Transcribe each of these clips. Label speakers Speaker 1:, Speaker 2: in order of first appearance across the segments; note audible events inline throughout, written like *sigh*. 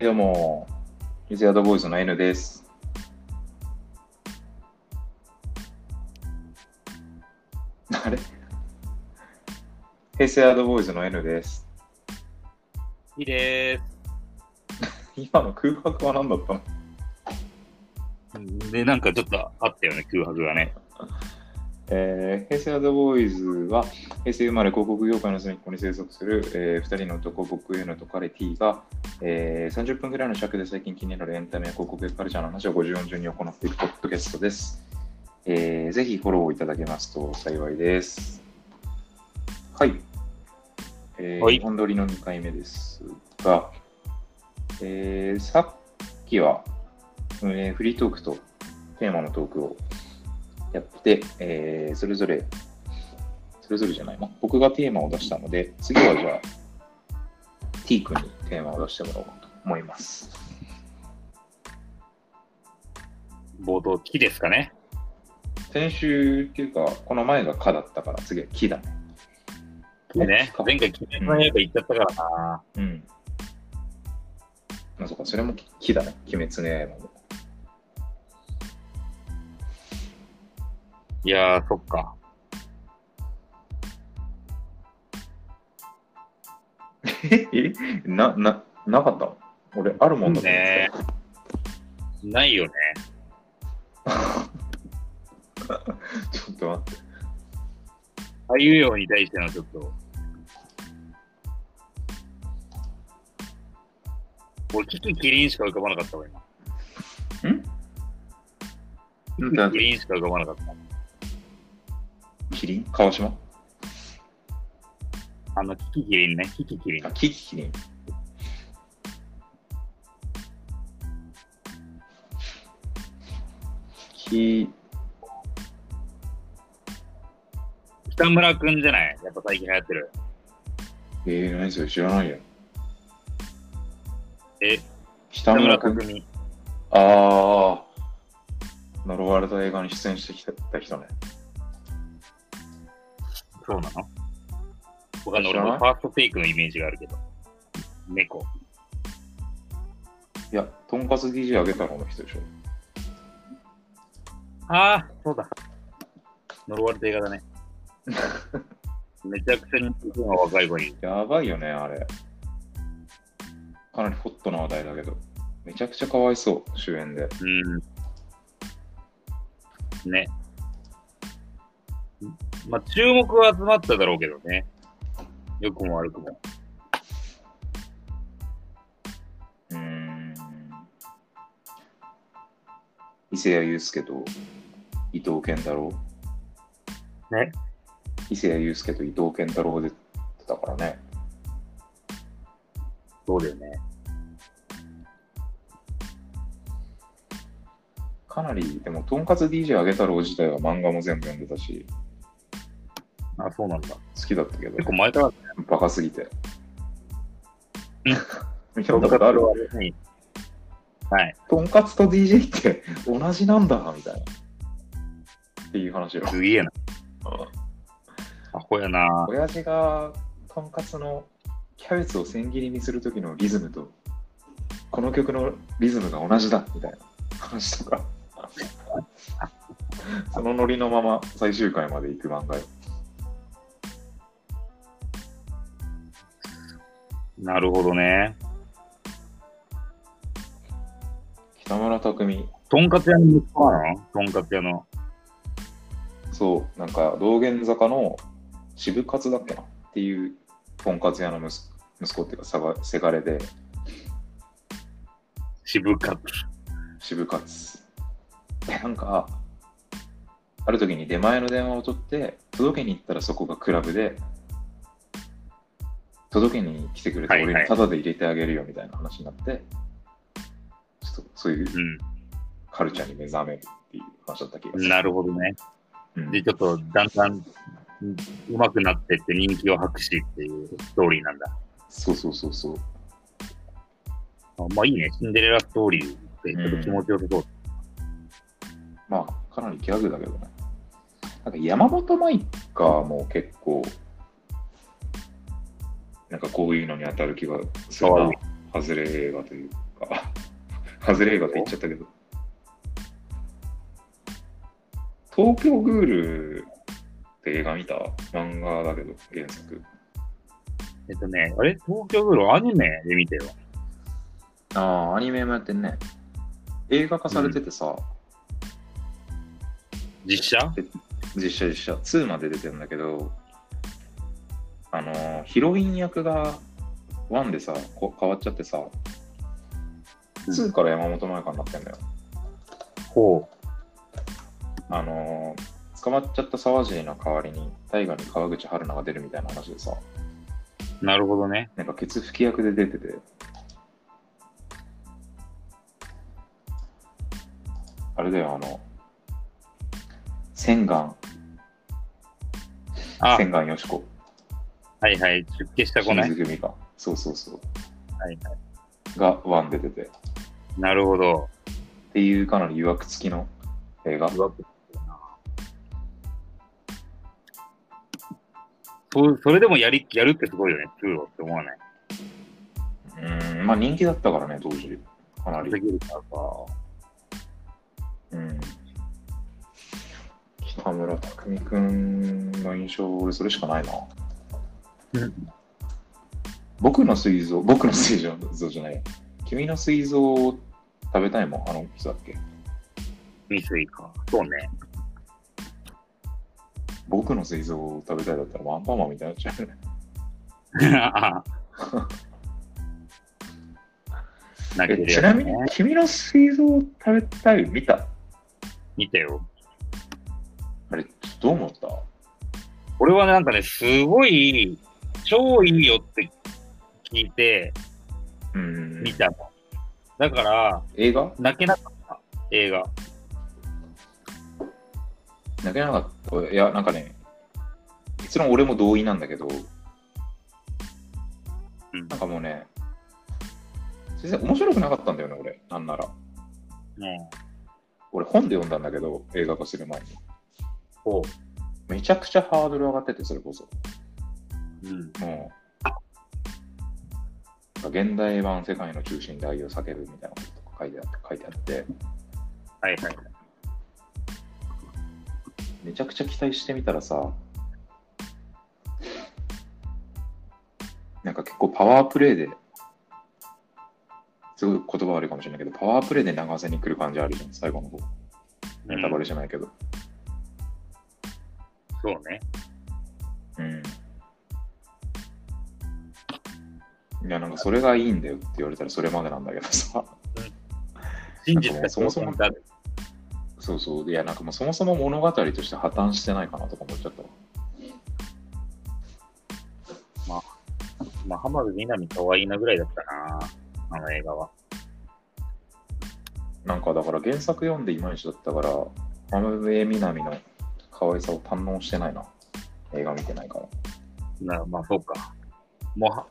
Speaker 1: どうも、イズヤドボーイズの N です。あれ *laughs* 平成アドボーイズの N です。
Speaker 2: いいで
Speaker 1: 今の空白は何だったの
Speaker 2: す。で、なんかちょっとあったよね、空白がね。
Speaker 1: えー平成アドボーイズは平成生まれ広告業界の隅っこに生息する、え2人の男僕 N と彼 T が、えー30分ぐらいの尺で最近気になるエンタメや広告やカルチャーの話を54順に行っていくポッドキャストです、えーぜひフォローいただけますと幸いですはい、えー
Speaker 2: はい
Speaker 1: 日本撮りの2回目ですが、えーさっきは、えーフリートークとテーマのトークをやって、えーそれぞれ、それぞれじゃないな、僕がテーマを出したので、次はじゃあ、T 君にテーマを出してもらおうと思います。
Speaker 2: 冒頭、木ですかね。
Speaker 1: 先週っていうか、この前が「か」だったから、次は「き」だね。
Speaker 2: でね
Speaker 1: 木、か
Speaker 2: 前回、木の刃行っちゃったからな。
Speaker 1: うん。まあ、そうか、それもき「き」だね。鬼滅の刃も。
Speaker 2: いやー、そっか。
Speaker 1: えな、な、なかったの俺、あるもんだと思って
Speaker 2: ねないよね。
Speaker 1: た。ちょっと待って。
Speaker 2: あいうように対してのちょっと。俺、キキキリンしか浮かばなかったわ、今。
Speaker 1: うんだ
Speaker 2: キリンしか浮かばなかった。
Speaker 1: キリン川島
Speaker 2: あの、キキキリンね、キキキリン
Speaker 1: あ、。キキキリン。キ、
Speaker 2: 北村くんじゃないやっぱ最近流行ってる。
Speaker 1: えー、何それ知らないよ。
Speaker 2: え、
Speaker 1: 北
Speaker 2: 北
Speaker 1: 村
Speaker 2: 村
Speaker 1: 君。
Speaker 2: 匠海。
Speaker 1: ああ、呪われた映画に出演してきた人ね。
Speaker 2: そうなのわかんない。
Speaker 1: 知
Speaker 2: 俺
Speaker 1: らない
Speaker 2: もファーストテイクのイメージがあるけど。猫。
Speaker 1: いや、とんかつ DJ あげた方の人でしょ。
Speaker 2: ああ、そうだ。呪われた映画だ *laughs* ね。めちゃくちゃ人気が若い子に。
Speaker 1: やばいよね、あれ。かなりホットな話題だけど。めちゃくちゃかわいそう、主演で。
Speaker 2: うん。ね。まあ、注目は集まっただろうけどね。良くも悪くも。
Speaker 1: うーん。伊勢谷友介と伊藤健太郎。
Speaker 2: ね。
Speaker 1: 伊勢谷友介と伊藤健太郎でたからね。
Speaker 2: そうだよね。
Speaker 1: かなり、でも、とんかつ DJ あげ太郎自体は漫画も全部読んでたし、
Speaker 2: あ、そうなんだ。
Speaker 1: 好きだったけど
Speaker 2: 結、構前から
Speaker 1: バカすぎて。
Speaker 2: うん
Speaker 1: *laughs* 見たことあるわ。
Speaker 2: はい。はい。
Speaker 1: とんかつと DJ って同じなんだな、みたいな。っていう話を。
Speaker 2: すげえな。アホやな。
Speaker 1: 親父がとんかつのキャベツを千切りにする時のリズムとこの曲のリズムが同じだみたいな話とか *laughs* そのノリのまま最終回まで行く漫画よ
Speaker 2: なるほどね。
Speaker 1: 北村匠海
Speaker 2: とんかつ屋の息子なのとんかつ屋の。
Speaker 1: そうなんか道玄坂の渋活だっけなっていうとんかつ屋の息子息子っていうかさがせがれで
Speaker 2: 渋かっ
Speaker 1: 渋活でなんかある時に出前の電話を取って届けに行ったらそこがクラブで届けに来てくれて
Speaker 2: はいはい
Speaker 1: 俺にタダで入れてあげるよみたいな話になって、ちょっとそういう
Speaker 2: う
Speaker 1: カルチャーに目覚めるっていう話だった気がす
Speaker 2: ん。
Speaker 1: る、
Speaker 2: なるほどね。
Speaker 1: うん
Speaker 2: で、ちょっとだんだんうん上手くなってって人気を博しっていうストーリーなんだ。
Speaker 1: そうそうそうそう
Speaker 2: あまあいいね。シンデレラストーリーってちょっと気持ちよさそう。
Speaker 1: まあかなりギャグだけどねなんか山本舞香も結構なんかこういうのに当たる気がする
Speaker 2: 変わ
Speaker 1: な
Speaker 2: る
Speaker 1: 外れ映画というかか。 *laughs* 外れ映画って言っちゃったけど。東京グールって映画見た漫画だけど、原作。
Speaker 2: えっとね、あれ東京グールアニメで見てよ。
Speaker 1: ああ、アニメもやってんね。映画化されててさ、
Speaker 2: 実写
Speaker 1: 実写実写、2まで出てるんだけど、あのーヒロイン役が1でさ、こ変わっちゃってさ、
Speaker 2: うん
Speaker 1: 2から山本舞香になってんだよ。
Speaker 2: ほ
Speaker 1: あのー捕まっちゃった沢尻の代わりに、大河に川口春奈が出るみたいな話でさ、
Speaker 2: う。なるほどね。
Speaker 1: なんかケツ吹き役で出てて、あれだよ、あの、千眼、
Speaker 2: あ、
Speaker 1: 千眼よしこ、
Speaker 2: はいはい。出家した子ね。はい
Speaker 1: 清水組か、そうそうそう、
Speaker 2: はい。
Speaker 1: がワンで出てて、っ
Speaker 2: なるほど。
Speaker 1: ていうかなり誘惑付きの映画。
Speaker 2: そうそれでもやりやるってすごいよね、通路って思わない。
Speaker 1: うん、まあ人気だったからね、当時、かなり。
Speaker 2: できるからさ。
Speaker 1: うん北村匠海君の印象、俺それしかないな。
Speaker 2: うん
Speaker 1: 僕の水蔵、 *laughs* 僕の水蔵じゃないや。君の水蔵を食べたいもん、あの人だっけ。
Speaker 2: 未遂か。
Speaker 1: *laughs*
Speaker 2: そうね。
Speaker 1: 僕の水蔵を食べたいだったらワンパンマンみたいになっちゃうね。
Speaker 2: あ泣け
Speaker 1: え
Speaker 2: る
Speaker 1: ち
Speaker 2: や
Speaker 1: な
Speaker 2: つ
Speaker 1: みに
Speaker 2: ね。、
Speaker 1: 君の水蔵を食べたい見た。
Speaker 2: 見てよ。
Speaker 1: あれ、どう思った
Speaker 2: 俺はなんかね、すごい、超いいよって聞いて、
Speaker 1: うん
Speaker 2: 見。たの。だから、
Speaker 1: 映画
Speaker 2: 泣けなかった、映画。
Speaker 1: 泣けなかった。いや、なんかね、結論俺も同意なんだけど、
Speaker 2: うん
Speaker 1: なんかもうね、先生面白くなかったんだよね、俺。なんなら。
Speaker 2: ね
Speaker 1: 俺本で読んだんだけど、映画化する前に。
Speaker 2: ほ
Speaker 1: めちゃくちゃハードル上がってて、それこそ。
Speaker 2: う。うん。
Speaker 1: もう、現代版世界の中心で愛を叫ぶみたいなこととか書いてあって、書いてあって、
Speaker 2: はいはい。
Speaker 1: めちゃくちゃ期待してみたらさ、なんか結構パワープレイで、すごい言葉悪いかもしれないけど、パワープレイで流せに来る感じあるじゃん、最後の方。ネタバレじゃないけど。
Speaker 2: そうね。
Speaker 1: うん。いや、なんかそれがいいんだよって言われたらそれまでなんだけどさ。
Speaker 2: 真実
Speaker 1: なんかもう
Speaker 2: が
Speaker 1: そもそも
Speaker 2: だ
Speaker 1: そうそう。いや、なんかもうそもそも物語として破綻してないかなとか思っちゃったわ。
Speaker 2: まあ、浜辺美波可愛いなぐらいだったな、あの映画は。
Speaker 1: なんかだから原作読んでいまいちだったから、浜辺美波の可愛さを堪能してないな。映画見てないから。
Speaker 2: なまあ、そうか。もうは、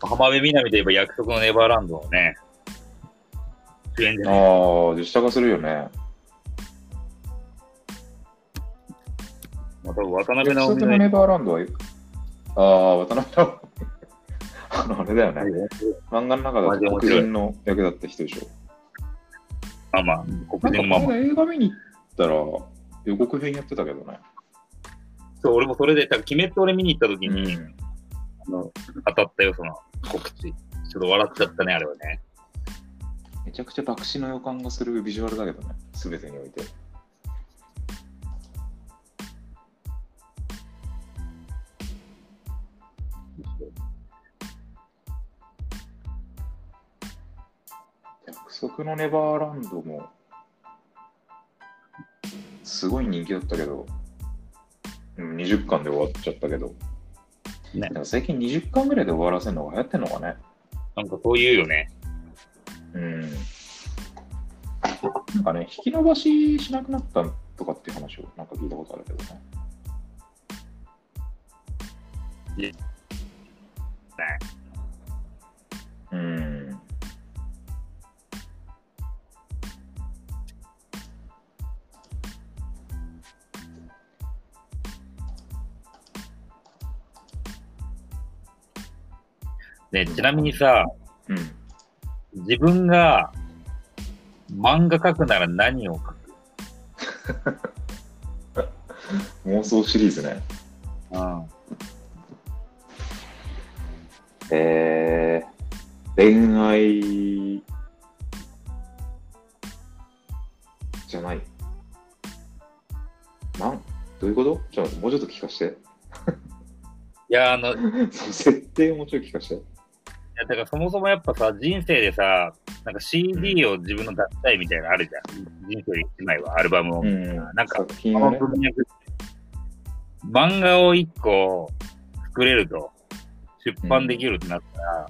Speaker 2: 浜辺美波で言えば約束のネバーランドをね、主演でね、
Speaker 1: ああ、実写化するよね。
Speaker 2: まあ、多分渡
Speaker 1: 約
Speaker 2: 辺直
Speaker 1: 束
Speaker 2: 美の
Speaker 1: の
Speaker 2: ね
Speaker 1: ネバーランドは、ああ、渡辺直美。 *laughs* あの、あれだよね。漫画の中だと黒人の役だった人でしょ。
Speaker 2: まあま
Speaker 1: な
Speaker 2: あ、黒
Speaker 1: んか
Speaker 2: 人のま
Speaker 1: この
Speaker 2: ま。
Speaker 1: 間映画見に行ったら予告編やってたけどね。
Speaker 2: そう、俺もそれで、だから鬼滅俺見に行った時に、
Speaker 1: うん
Speaker 2: あの当たったよ、その告知。ちょっと笑っちゃったね、あれはね。
Speaker 1: めちゃくちゃ爆死の予感がするビジュアルだけどね、すべてにおいて。約束のネバーランドも、すごい人気だったけど、うん20巻で終わっちゃったけど、
Speaker 2: ね
Speaker 1: なんか最近20巻ぐらいで終わらせるのが流行ってんのかね。
Speaker 2: なんかそういうよね。
Speaker 1: うん。なんかね、引き伸ばししなくなったとかっていう話をなんか聞いたことあるけどね。
Speaker 2: ね
Speaker 1: うん。
Speaker 2: ねちなみにさ、
Speaker 1: うん。
Speaker 2: 自分が漫画描くなら何を描く
Speaker 1: 妄想シリーズね。
Speaker 2: うん。
Speaker 1: えー、恋愛じゃない。なんどういうことちょっともうちょっと聞かして。 *laughs*
Speaker 2: いや、あの、い
Speaker 1: その設定をもうちょい聞かして。
Speaker 2: やだからそもそもやっぱさ、人生でさ、なんか CD を自分の出したいみたいなのあるじゃん。人生で一枚はアルバムを。
Speaker 1: ん
Speaker 2: なんか
Speaker 1: 作品
Speaker 2: こ
Speaker 1: をね。
Speaker 2: の文脈漫画を一個作れると、出版できるってなったら、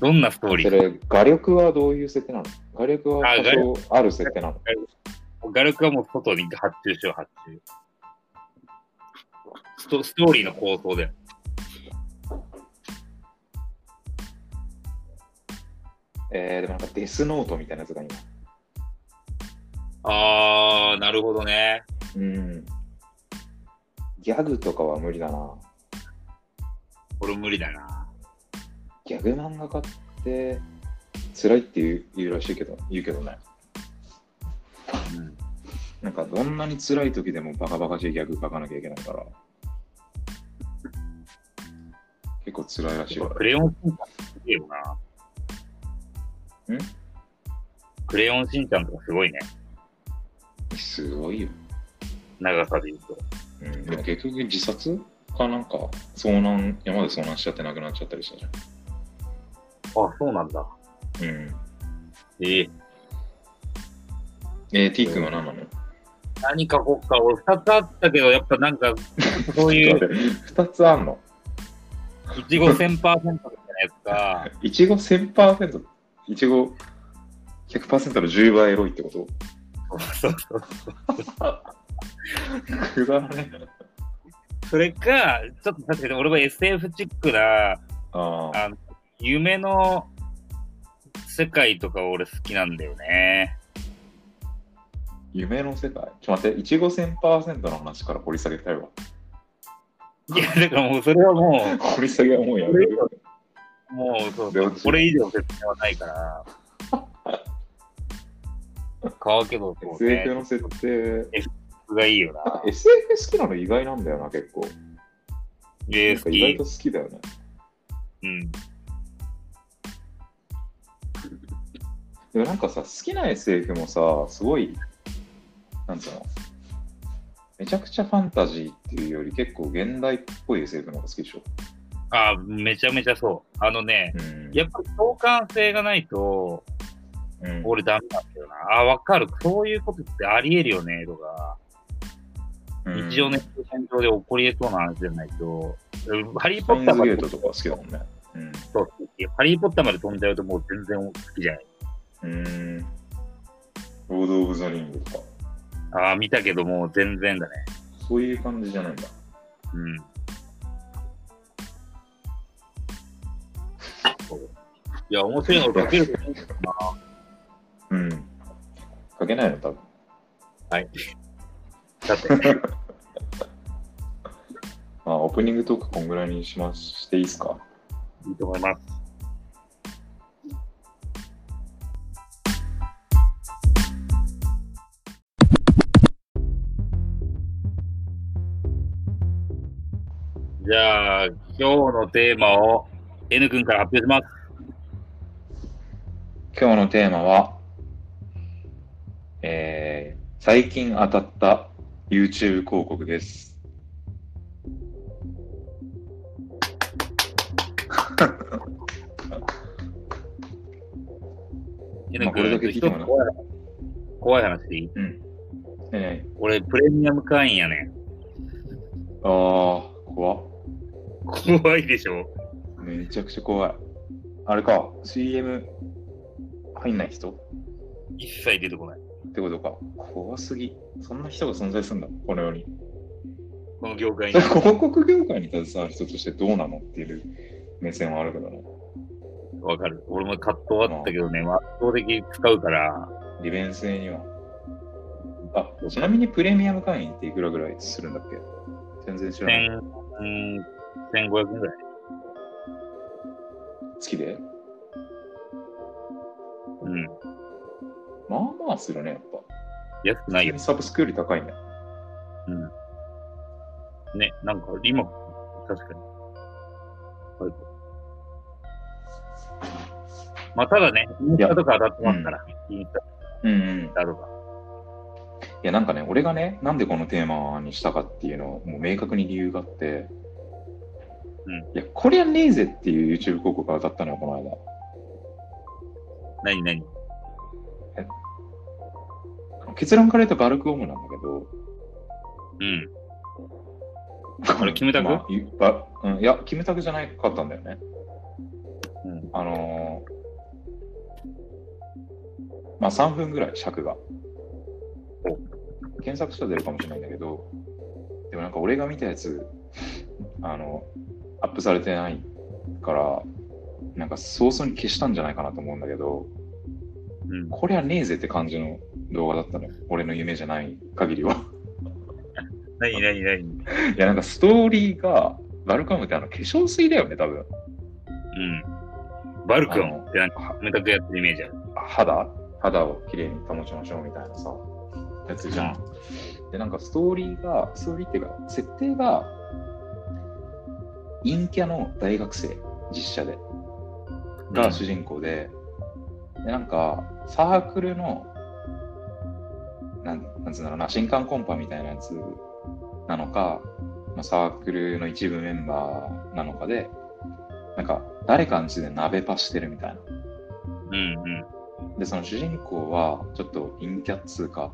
Speaker 2: どんなストーリ
Speaker 1: そ
Speaker 2: ー
Speaker 1: れ、画力はどういう設定なの画力は
Speaker 2: あ
Speaker 1: 多少ある設定なの
Speaker 2: 画力はもう外に発注しよう、発注。ストストーリーの構想で。
Speaker 1: えー、でもなんかデスノートみたいなやつが今。
Speaker 2: あー、なるほどね。
Speaker 1: うん。ギャグとかは無理だな。
Speaker 2: これ無理だな。
Speaker 1: ギャグ漫画家って辛いって言う言うらしいけど、言うけどね。
Speaker 2: うん、
Speaker 1: なんかどんなに辛い時でもバカバカしいギャグ書かなきゃいけないから。結構辛いらしいわ。
Speaker 2: クレヨンしんちゃんすげえよな。
Speaker 1: ん
Speaker 2: クレヨンしんちゃんとかすごいね。
Speaker 1: すごいよ。
Speaker 2: 長さで言うと。
Speaker 1: うん、でも結局自殺かなんか遭難、山で遭難しちゃって亡くなっちゃったりしたじ
Speaker 2: あ、そうなんだ。
Speaker 1: ゃん。うん。
Speaker 2: ええ
Speaker 1: えー、T 君は何なの
Speaker 2: 何書こうか、俺2つあったけど、やっぱなん *laughs* か、そう
Speaker 1: ち
Speaker 2: い
Speaker 1: ょっ
Speaker 2: う
Speaker 1: と、待って2つあんの
Speaker 2: いちご1000%みたいなやつか、
Speaker 1: いちご1000%、いちご100%の10倍エロいってこと
Speaker 2: そうそう *laughs*
Speaker 1: くだらねえ。
Speaker 2: それか、ちょっと確かに俺は SF チックな、
Speaker 1: ああ。
Speaker 2: あの夢の世界とか俺好きなんだよね。
Speaker 1: 夢の世界ちょっと待って、いちご1000%の話から掘り下げたいわ。
Speaker 2: いや、だからもうそれはも
Speaker 1: 掘り下げはもうやめる。
Speaker 2: う、もうそう
Speaker 1: で
Speaker 2: そう
Speaker 1: も
Speaker 2: これ以上説明はないから。買うけど、 *laughs* そう
Speaker 1: SF
Speaker 2: ね。
Speaker 1: の設定。
Speaker 2: がいいよな。 *laughs*
Speaker 1: あ SF 好きなの意外なんだよな、結構。
Speaker 2: え
Speaker 1: なん
Speaker 2: 好
Speaker 1: か意外
Speaker 2: き
Speaker 1: と。好きだよね。
Speaker 2: うん。
Speaker 1: でもなんかさ、好きな SF もさ、すごい、なんつうの、めちゃくちゃファンタジーっていうより、結構現代っぽい SF の方が好きでしょ。
Speaker 2: あ、めちゃめちゃそう。あのね、
Speaker 1: うん
Speaker 2: やっぱり共感性がないと、
Speaker 1: うん、
Speaker 2: 俺ダメなんだよな。あ、わかる。そういうことってありえるよね、とか。
Speaker 1: うん
Speaker 2: 日常の。表現上で起こり得そうな話じゃないと。ハリー・
Speaker 1: ハ
Speaker 2: ポ
Speaker 1: イ
Speaker 2: ッ
Speaker 1: ン
Speaker 2: ター
Speaker 1: ズ
Speaker 2: ま
Speaker 1: ゲ
Speaker 2: で
Speaker 1: ートとか好きだもんね。うん。
Speaker 2: そうハリー・ポッターまで飛んじゃうともう全然好きじゃない。
Speaker 1: うん。ロード・オブ・ザ・リングとか。
Speaker 2: ああ、見たけどもう全然だね。
Speaker 1: そういう感じじゃないんだ。
Speaker 2: うん。そういや、面白いの書けると思うけどな。
Speaker 1: うん。書けないの、多分。
Speaker 2: だって、
Speaker 1: まあ、オープニングトークこんぐらいにしましていいですか
Speaker 2: いいと思います。じゃあ、今日のテーマを N 君から発表します。
Speaker 1: 今日のテーマは、えー、最近当たった YouTube 広告です。
Speaker 2: N
Speaker 1: これだけ
Speaker 2: 君、
Speaker 1: 聞い
Speaker 2: 一
Speaker 1: て
Speaker 2: つ
Speaker 1: もな
Speaker 2: 怖い話怖い話でいい
Speaker 1: うん。え
Speaker 2: 俺、プレミアム会員やねん。
Speaker 1: ー、あー、怖っ
Speaker 2: 怖いでしょ
Speaker 1: めちゃくちゃ怖い。あれか、CM 入んない人っ
Speaker 2: 一切出てこない。
Speaker 1: てことか。怖すぎ。そんな人が存在するんだ、この世に。
Speaker 2: この業
Speaker 1: *laughs*
Speaker 2: 界に。
Speaker 1: 広告業界に携わる人としてどうなのっていう目線はあるけどね。
Speaker 2: わかる。俺も葛藤あったけどね、圧倒的に使うから、
Speaker 1: 利便性には。あ、ちなみにプレミアム会員っていくらぐらいするんだっけ全然知らない。
Speaker 2: 千、うん、1500円ぐらい。
Speaker 1: 月で
Speaker 2: うん。
Speaker 1: まあまあするね、やっぱ。
Speaker 2: 安くないよ。
Speaker 1: サブスクより高いね。
Speaker 2: ね、なんか今、確かに。はい。まあ、ただね、インスタとか当たってますから、インス
Speaker 1: うんうん。
Speaker 2: タとか。
Speaker 1: いや、なんかね、俺がね、なんでこのテーマにしたかっていうのは、もう明確に理由があって、
Speaker 2: うん
Speaker 1: いや、こりゃねえぜっていう YouTube 広告が当たったのよ、この間。
Speaker 2: 何何
Speaker 1: 結論から言うとバルクオムなんだけど。
Speaker 2: うん。あれキムタク
Speaker 1: まあいばうん、いや、キムタクじゃないかったんだよね。
Speaker 2: うん。
Speaker 1: あのーまあ3分ぐらい尺が。検索したら出るかもしれないんだけど、でもなんか俺が見たやつ、あの、アップされてないから、なんか早々に消したんじゃないかなと思うんだけど、
Speaker 2: うん。
Speaker 1: こりゃねえぜって感じの動画だったのよ。俺の夢じゃない限りは。 *laughs*
Speaker 2: 何何何
Speaker 1: いや、なんかストーリーが、バルカムってあの化粧水だよね、多分。
Speaker 2: うん。バルクオンってなんか、冷たくやってるイメージある。
Speaker 1: 肌肌をきれいに保ちましょうみたいなさ、やつじゃん。で、なんかストーリーが、ストーリーっていうか、設定が、陰キャの大学生、実写で、が主人公で、で、なんか、サークルの、なんなんつうんだろうな、新刊コンパみたいなやつなのか、まあ、サークルの一部メンバーなのかで、なんか、誰かんちで鍋パしてるみたいな。
Speaker 2: うんうん。
Speaker 1: で、その主人公は、ちょっと陰キャっつうか、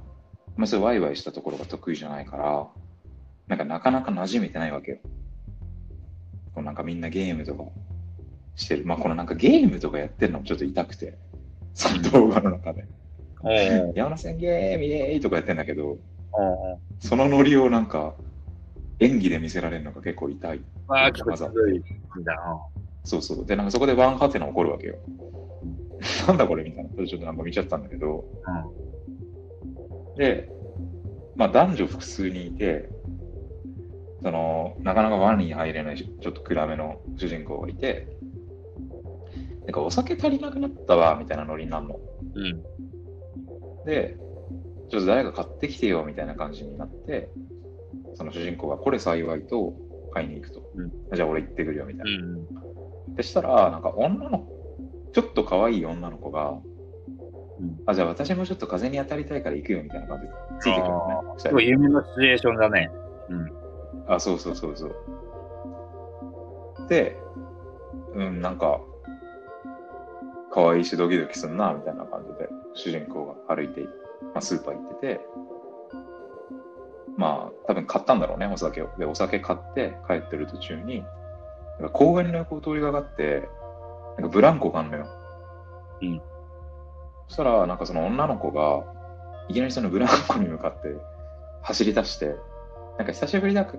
Speaker 1: まあ、それワイワイしたところが得意じゃないから、なんかなかなか馴染めてないわけよ。こうなんかみんなゲームとかしてる。まあ、このなんかゲームとかやってるのもちょっと痛くて、その動画の中で。
Speaker 2: おー
Speaker 1: 山梨線ゲームイエーイとかやってんだけど、
Speaker 2: おー
Speaker 1: そのノリをなんか、演技で見せられるのが結構痛い。
Speaker 2: ああ、結構強いんだな。
Speaker 1: そうそう。で、なんかそこでワンハテナ起こるわけよ。 *laughs* なんだこれみたいなことでちょっとなんか見ちゃったんだけど。で、まあ男女複数にいて、その、なかなかワンに入れないし、ちょっと暗めの主人公がいて、なんかお酒足りなくなったわ、みたいなノリになるの。
Speaker 2: うん。
Speaker 1: で、ちょっと誰か買ってきてよみたいな感じになって、その主人公がこれ幸いと買いに行くと。
Speaker 2: うん
Speaker 1: じゃあ俺行ってくるよみたいな。
Speaker 2: うん。
Speaker 1: でしたら、なんか女の子、ちょっと可愛い女の子が、
Speaker 2: うん
Speaker 1: あ、じゃあ私もちょっと風に当たりたいから行くよみたいな感じでついてくるのね。
Speaker 2: すごい
Speaker 1: 二人
Speaker 2: 夢のシチュエーションだね。
Speaker 1: あ、そうそうそうそう。で、うん、なんか、可愛いしドキドキすんな、みたいな感じで、主人公が歩いて、まあ、スーパー行ってて、まあ、多分買ったんだろうね、お酒を。で、お酒買って帰ってる途中に、なんか公園の横を通りがかって、なんかブランコがあんのよ。
Speaker 2: うん。
Speaker 1: そしたら、なんかその女の子が、いきなりそのブランコに向かって走り出して、なんか久しぶりだく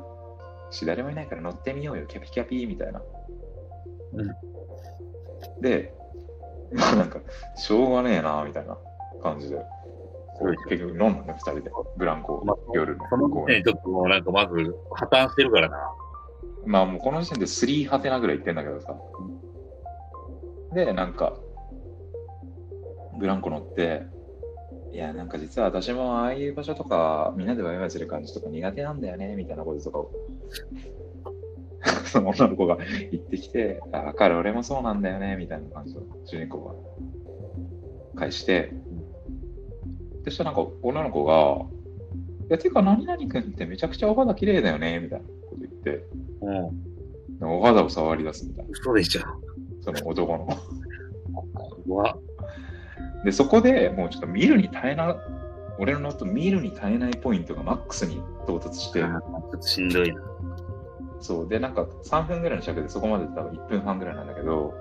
Speaker 1: し、誰もいないから乗ってみようよ、キャピキャピみたいな。で、なんか、しょうがねえな、みたいな感じで。
Speaker 2: すごいですね
Speaker 1: 結局飲んだね、二人で。ブランコを、
Speaker 2: まあ
Speaker 1: 夜の
Speaker 2: その時
Speaker 1: 公
Speaker 2: 点
Speaker 1: 園。
Speaker 2: でちょっともうなんかまず破綻してるからな。
Speaker 1: まあもうこの時点で3ハテナぐらい行ってんだけどさ。で、なんか、ブランコ乗って、いや、なんか実は私もああいう場所とか、みんなでワイワイする感じとか苦手なんだよね、みたいなこととかを。 *laughs* その女の子が行ってきて、あ、わかる、俺もそうなんだよね、みたいな感じの主人公が返して、そしたらなんか女の子が、いや、てか何々くんってめちゃくちゃお肌綺麗だよね、みたいなこと言って、
Speaker 2: うん。
Speaker 1: なんかお肌を触り出すみたいな、
Speaker 2: 嘘でしょ。
Speaker 1: その男の。
Speaker 2: 怖っ
Speaker 1: で、そこでもうちょっと見るに耐えな、俺のと見るに耐えないポイントがマックスに到達して、
Speaker 2: あーちょっとしんどいな。
Speaker 1: そう、で、なんか3分ぐらいの尺でそこまで多分1分半ぐらいなんだけど、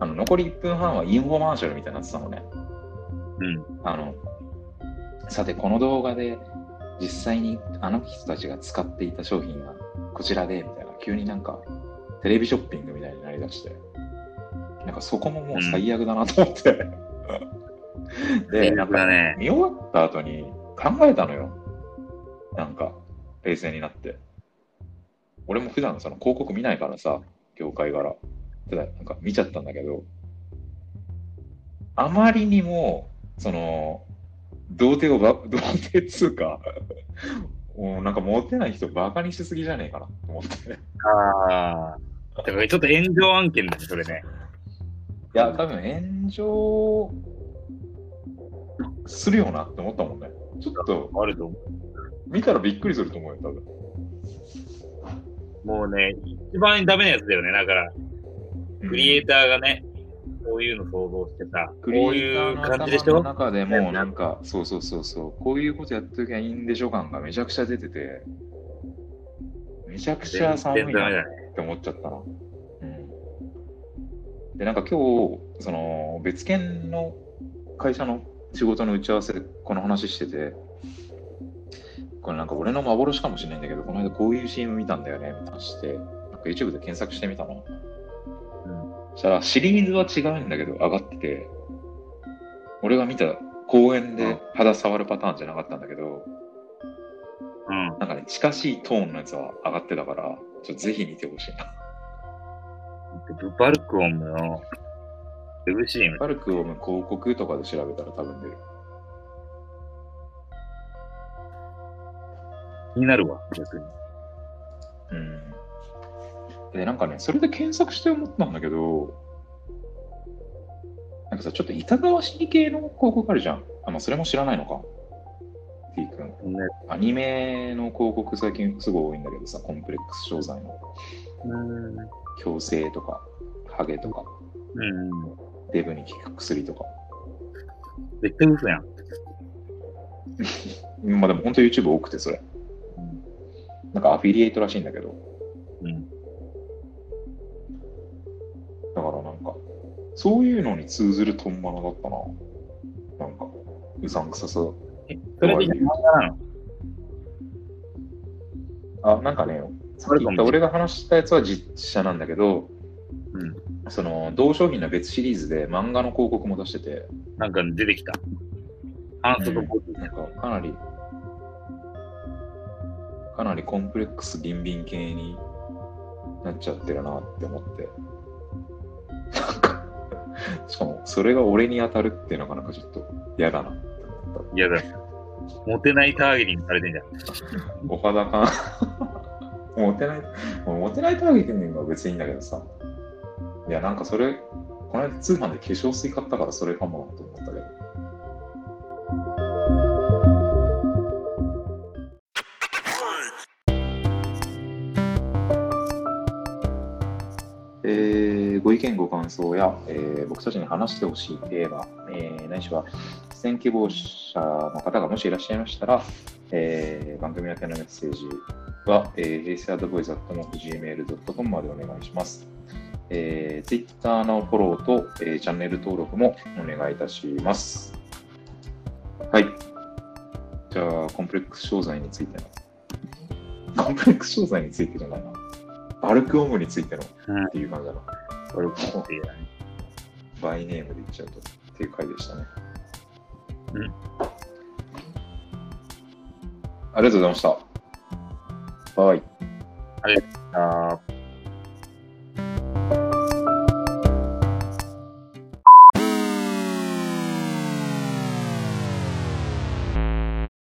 Speaker 1: あの、残り1分半はインフォマーシャルみたいになってたのね。
Speaker 2: うん。
Speaker 1: あの、さて、この動画で実際にあの人たちが使っていた商品がこちらで、みたいな、急になんかテレビショッピングみたいになりだして、なんかそこももう最悪だなと思って。 *laughs* で、
Speaker 2: 連
Speaker 1: なん
Speaker 2: 絡
Speaker 1: か
Speaker 2: だね。
Speaker 1: 見終わった後に考えたのよ。なんか、冷静になって。俺も普段その広告見ないからさ、業界から。ただ、なんか見ちゃったんだけど、あまりにも、その、童貞をば、童貞っつうか、もうなんかモテない人バカにしすぎじゃねえかなと思って。い
Speaker 2: ああ。だからちょっと炎上案件だね、それね。
Speaker 1: や、多分炎上するよなって思ったもんね。ちょっと
Speaker 2: あると思
Speaker 1: 見たらびっくりすると思うよ、多分。
Speaker 2: う。もうね、一番ダメなやつだよね。だから、クリエイターがね、こういうの想像してさ、こ
Speaker 1: ク
Speaker 2: う
Speaker 1: リエイタ
Speaker 2: い
Speaker 1: ー
Speaker 2: う
Speaker 1: の
Speaker 2: 感
Speaker 1: 頭
Speaker 2: じでしょ
Speaker 1: の中でもうなんか、 *laughs* そうそうそうそう、こういうことやっときゃいいんでしょ感がめちゃくちゃ出てて、めちゃくちゃ寒い
Speaker 2: 全然ダメ
Speaker 1: なっ
Speaker 2: だね。
Speaker 1: て思っちゃったな。うん、で、なんか今日、その別件の会社の仕事の打ち合わせでこの話してて、これなんか俺の幻かもしれないんだけど、この間こういう CM 見たんだよね、みたいな話して、なんか YouTube で検索してみたの。そしたらシリーズは違うんだけど上がってて俺が見た公園で肌触るパターンじゃなかったんだけど
Speaker 2: うん。
Speaker 1: なんかね近しいトーンのやつは上がってたからちょっとぜひ見てほしいな
Speaker 2: ブバルクオンのウェブ CM。
Speaker 1: バルクを広告とかで調べたら多分出る
Speaker 2: 気になるわ、逆に。
Speaker 1: うんでなんかねそれで検索して思ったんだけどなんかさちょっと板川式系の広告あるじゃんあまあそれも知らないのか T 君
Speaker 2: ね
Speaker 1: アニメの広告最近すごい多いんだけどさコンプレックス商材の
Speaker 2: うん。
Speaker 1: 矯正とか、ハゲとか、
Speaker 2: う
Speaker 1: デブに効く薬とか。
Speaker 2: ん。絶対嘘やん。
Speaker 1: まあでも本当 YouTube 多くてそれ。なんかアフィリエイトらしいんだけど。
Speaker 2: うん。
Speaker 1: だからなんか、そういうのに通ずるトンマナだったな。なんか、うさんくささ。
Speaker 2: えそれで漫画なの
Speaker 1: あ、なんかね、
Speaker 2: それ
Speaker 1: き
Speaker 2: と
Speaker 1: っと
Speaker 2: も。
Speaker 1: 俺が話したやつは実写なんだけど、
Speaker 2: うん
Speaker 1: その、同商品の別シリーズで漫画の広告も出してて、
Speaker 2: なんか出てきた。反則っぽい。
Speaker 1: なんかかなり、かなりコンプレックスビンビン系になっちゃってるなって思って。なんか、しかもそれが俺に当たるっていうのがなんかちょっと嫌だなって思っ
Speaker 2: いやだ。モテないターゲティングされてんじゃん。
Speaker 1: た。お肌感 *laughs* モテない、モテないターゲティングは別にいいんだけどさ。いや、なんかそれ、この間通販で化粧水買ったからそれかもなと思ったけど。えーご意見、ご感想や、えー僕たちに話してほしいテーマ、えーないしは出演希望者の方がもしいらっしゃいましたら、えー番組宛てのメッセージは、えー、平成アドボイス .gmail.com までお願いします。えー、Twitter のフォローと、えーチャンネル登録もお願いいたします。はい。じゃあ、コンプレックス商材についての。コンプレックス商材についてじゃないな。バルクオムについてのっていう感じだな。
Speaker 2: 俺もっていうね
Speaker 1: バイネームで言っちゃうとっていう回でしたね。
Speaker 2: うん
Speaker 1: ありがとうございました。バイ。
Speaker 2: あー